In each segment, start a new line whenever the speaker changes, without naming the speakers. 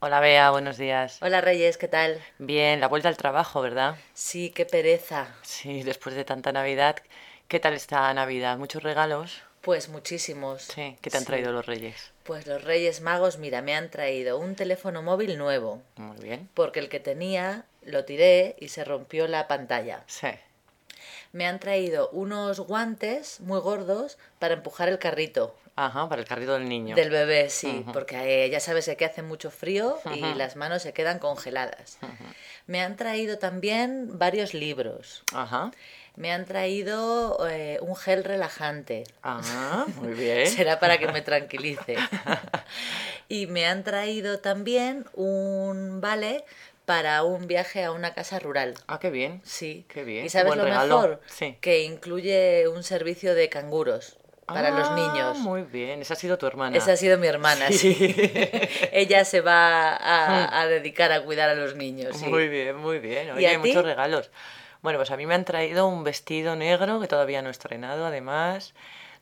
Hola Bea, buenos días.
Hola Reyes, ¿qué tal?
Bien, la vuelta al trabajo, ¿verdad?
Sí, qué pereza.
Sí, después de tanta Navidad. ¿Qué tal esta Navidad? ¿Muchos regalos?
Pues muchísimos.
Sí, ¿qué te han
Sí.
traído los reyes?
Pues los Reyes Magos, mira, me han traído un teléfono móvil nuevo,
Muy bien.
porque el que tenía lo tiré y se rompió la pantalla.
Sí.
Me han traído unos guantes muy gordos para empujar el carrito
Ajá, para el carrito del niño.
del bebé, sí,
Ujú.
porque eh, ya sabes que hace mucho frío y
Ujú.
las manos se quedan congeladas.
Ujú.
Me han traído también varios libros.
Ajá.
Me han traído eh, un gel relajante.
Ah, muy bien.
Será para que me tranquilice. Y me han traído también un vale para un viaje a una casa rural.
Ah, qué bien.
Sí.
Qué bien,
¿Y
qué
sabes
buen
lo
regalo.
mejor?
Sí.
Que incluye un servicio de canguros para los
Ah,
niños.
Muy bien, esa ha sido tu hermana.
Esa ha sido mi hermana, sí. Ella se va a, a dedicar a cuidar a los niños. sí.
Hmm. Muy bien, muy bien. Oye,
a
hay
ti?
muchos regalos. Bueno, pues a mí me han traído un vestido negro que todavía no he estrenado, además.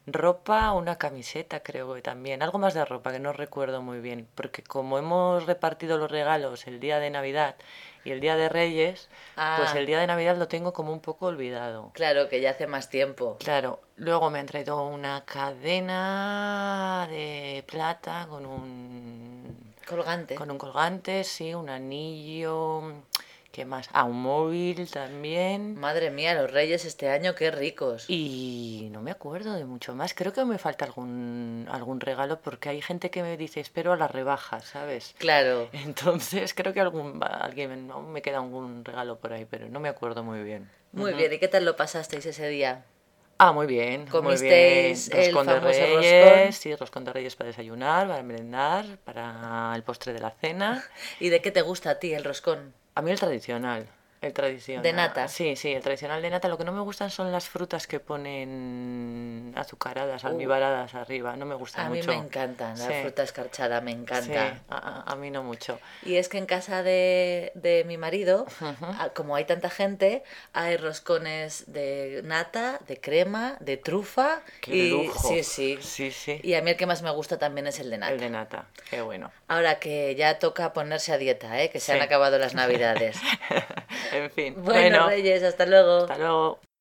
Ropa, una camiseta, creo que también. Algo más de ropa que no recuerdo muy bien. Porque como hemos repartido los regalos el día de Navidad y el día de Reyes, pues
Ah.
el día de Navidad lo tengo como un poco olvidado.
Claro que ya hace más tiempo.
Claro, luego me han traído una cadena de plata con un
Colgante.
con un colgante, sí, un anillo. ¿Qué más? Ah, un móvil también.
Madre mía, los reyes este año, qué ricos.
Y no me acuerdo de mucho más. Creo que me falta algún, algún regalo porque hay gente que me dice espero a las rebajas, ¿sabes?
Claro.
Entonces creo que algún, alguien no me queda algún regalo por ahí, pero no me acuerdo muy bien.
Muy bien, ¿y qué tal lo pasasteis ese día?
Ah, muy bien, muy bien.
¿Comisteis el
de
famoso
reyes,
roscón?
sí, roscón de reyes para desayunar, para merendar, para el postre de la cena.
¿Y de qué te gusta a ti el roscón?
A mí el tradicional. El tradicional.
De nata.
Sí, sí, el tradicional de nata. Lo que no me gustan son las frutas que ponen azucaradas,
Uh.
almibaradas arriba. No me gusta
A mí
mucho.
me encantan, la
Sí,
fruta escarchada me
sí,
encanta.
a, a- a mí no mucho.
Y es que en casa de, de mi marido, ah, como hay tanta gente, hay roscones de nata, de crema, de trufa.
Qué
y
lujo.
sí, sí.
Sí, sí.
Y a mí el que más me gusta también es el de nata.
El de nata. Qué bueno.
Ahora que ya toca ponerse a dieta, ¿eh? que se
Sí.
han acabado las navidades.
en fin.
bueno, Reyes, hasta luego.
hasta luego.